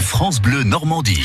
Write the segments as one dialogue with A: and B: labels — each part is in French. A: France Bleu Normandie.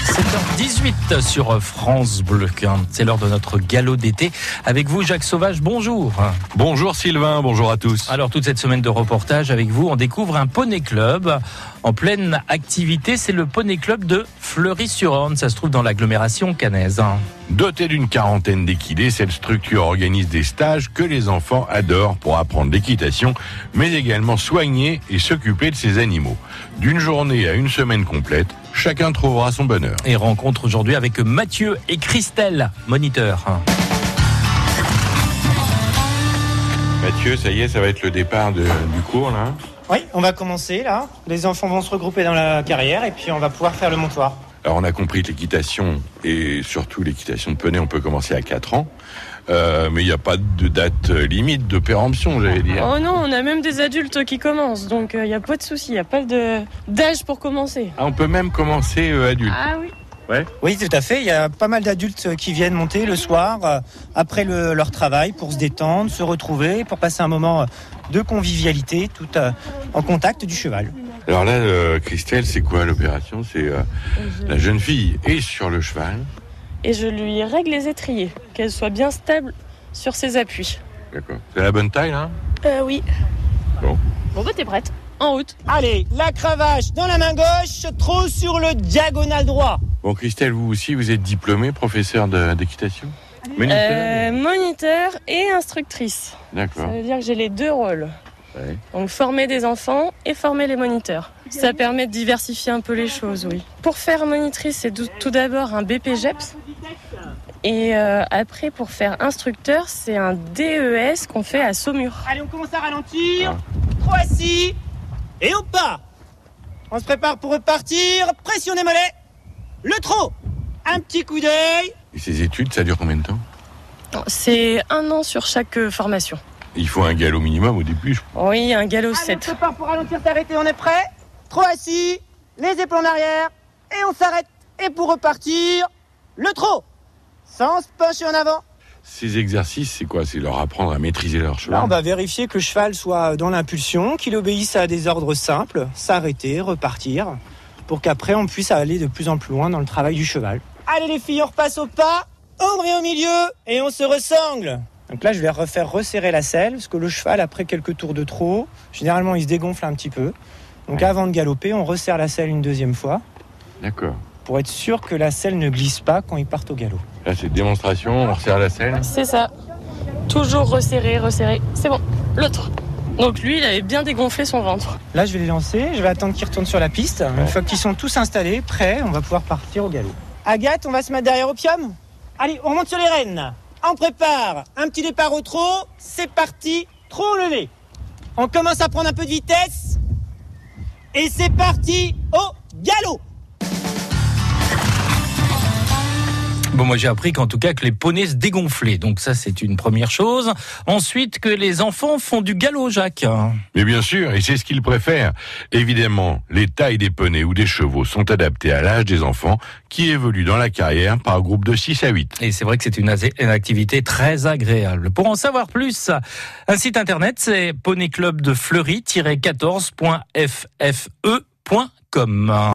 B: 7h18 sur France Bleu. Quinte. C'est l'heure de notre galop d'été. Avec vous, Jacques Sauvage, bonjour.
C: Bonjour Sylvain, bonjour à tous.
B: Alors, toute cette semaine de reportage avec vous, on découvre un poney club en pleine activité. C'est le poney club de Fleury-sur-Orne. Ça se trouve dans l'agglomération cannaise. hein.
C: Doté d'une quarantaine d'équidés, cette structure organise des stages que les enfants adorent pour apprendre l'équitation, mais également soigner et s'occuper de ces animaux. D'une journée à une semaine complète, chacun trouvera son bonheur.
B: Et rencontre aujourd'hui avec Mathieu et Christelle, moniteurs.
C: Mathieu, ça y est, ça va être le départ de- du cours là.
D: Oui, on va commencer là. Les enfants vont se regrouper dans la carrière et puis on va pouvoir faire le montoir.
C: Alors on a compris que l'équitation et surtout l'équitation de poney, on peut commencer à 4 ans. Euh, mais il n'y a pas de date euh, limite de péremption, j'allais dire.
E: Oh non, on a même des adultes qui commencent, donc il n'y a pas de souci, il n'y a pas de- d'âge pour commencer.
C: Ah, on peut même commencer euh, adulte.
E: Ah oui
D: Oui, tout à fait. Il y a pas mal d'adultes euh, qui viennent monter le soir euh, après le- leur travail pour se détendre, se retrouver, pour passer un moment euh, de convivialité tout euh, en contact du cheval.
C: Alors là, euh, Christelle, c'est quoi l'opération C'est euh,
E: et
C: la
E: je,
C: jeune fille est sur le cheval.
E: et je lui règle les étriers, qu'elle soit bien stable sur ses appuis.
C: D'accord. C'est la bonne taille, hein là
E: Euh oui.
C: Bon.
E: Bon bah t'es prête. En route.
D: Allez, la cravache dans la main gauche, trop sur le diagonal droit.
C: Bon, Christelle, vous aussi, vous êtes diplômée, professeur de- d'équitation Moniteur
E: Euh, moniteur et instructrice. Ça
C: D'accord.
E: veut dire que j'ai les deux rôles.
C: Hein Ouais.
E: Donc former des enfants et former les moniteurs. Ça permet de diversifier un peu les choses, oui. Pour faire monitrice, c'est dou- tout d'abord un BPGEPS. E Et euh, après, pour faire instructeur, c'est un DES qu'on fait à Saumur.
D: Allez, on commence à ralentir. Trois assis. Et on part. On se prépare pour repartir. Pression des mollets. Le trot. Un petit coup d'œil.
C: Et ces études, ça dure combien de temps
E: C'est un an sur chaque euh, formation.
C: Il faut un galop minimum au début, je
E: Oui, un galop
D: Allez, on
E: 7.
D: se prépare pour ralentir, s'arrêter. On est prêt. Trois assis. Les épaules en arrière. Et on s'arrête. Et pour repartir, le trot. Sans se pencher en avant.
C: Ces exercices, c'est quoi C'est leur apprendre à maîtriser leur cheval
D: Là, on va vérifier que le cheval soit dans l'impulsion, qu'il obéisse à des ordres simples, s'arrêter, repartir, pour qu'après on puisse aller de plus en plus loin dans le travail du cheval. Allez les filles, on repasse au pas, on revient au milieu et on se ressangle. Donc là, je vais refaire resserrer la selle, parce que le cheval, après quelques tours de trot, généralement il se dégonfle un petit peu. Donc avant de galoper, on resserre la selle une deuxième fois,
C: D'accord.
D: pour être sûr que la selle ne glisse pas quand il part au galop.
C: Là, c'est démonstration, on resserre la selle.
E: C'est ça. Toujours resserré, resserré. C'est bon. L'autre. Donc lui, il avait bien dégonflé son ventre.
D: Là, je vais les lancer, je vais attendre qu'ils retournent sur la piste.
C: Ouais.
D: Une fois qu'ils sont tous installés, prêts, on va pouvoir partir au galop. Agathe, on va se mettre derrière Opium Allez, on monte sur les rênes. On prépare un petit départ au trot. C'est parti, trot levé. On commence à prendre un peu de vitesse. Et c'est parti au galop
B: Bon, moi j'ai appris qu'en tout cas que les poneys se dégonflaient. Donc ça, c'est une première chose. Ensuite, que les enfants font du galop, Jacques.
C: Mais bien sûr, et c'est ce qu'ils préfèrent. Évidemment, les tailles des poneys ou des chevaux sont adaptées à l'âge des enfants qui évoluent dans la carrière par groupe de 6 à 8.
B: Et c'est vrai que c'est une, asé- une activité très agréable. Pour en savoir plus, un site internet, c'est E poneyclubdefleury-14.ffe.com.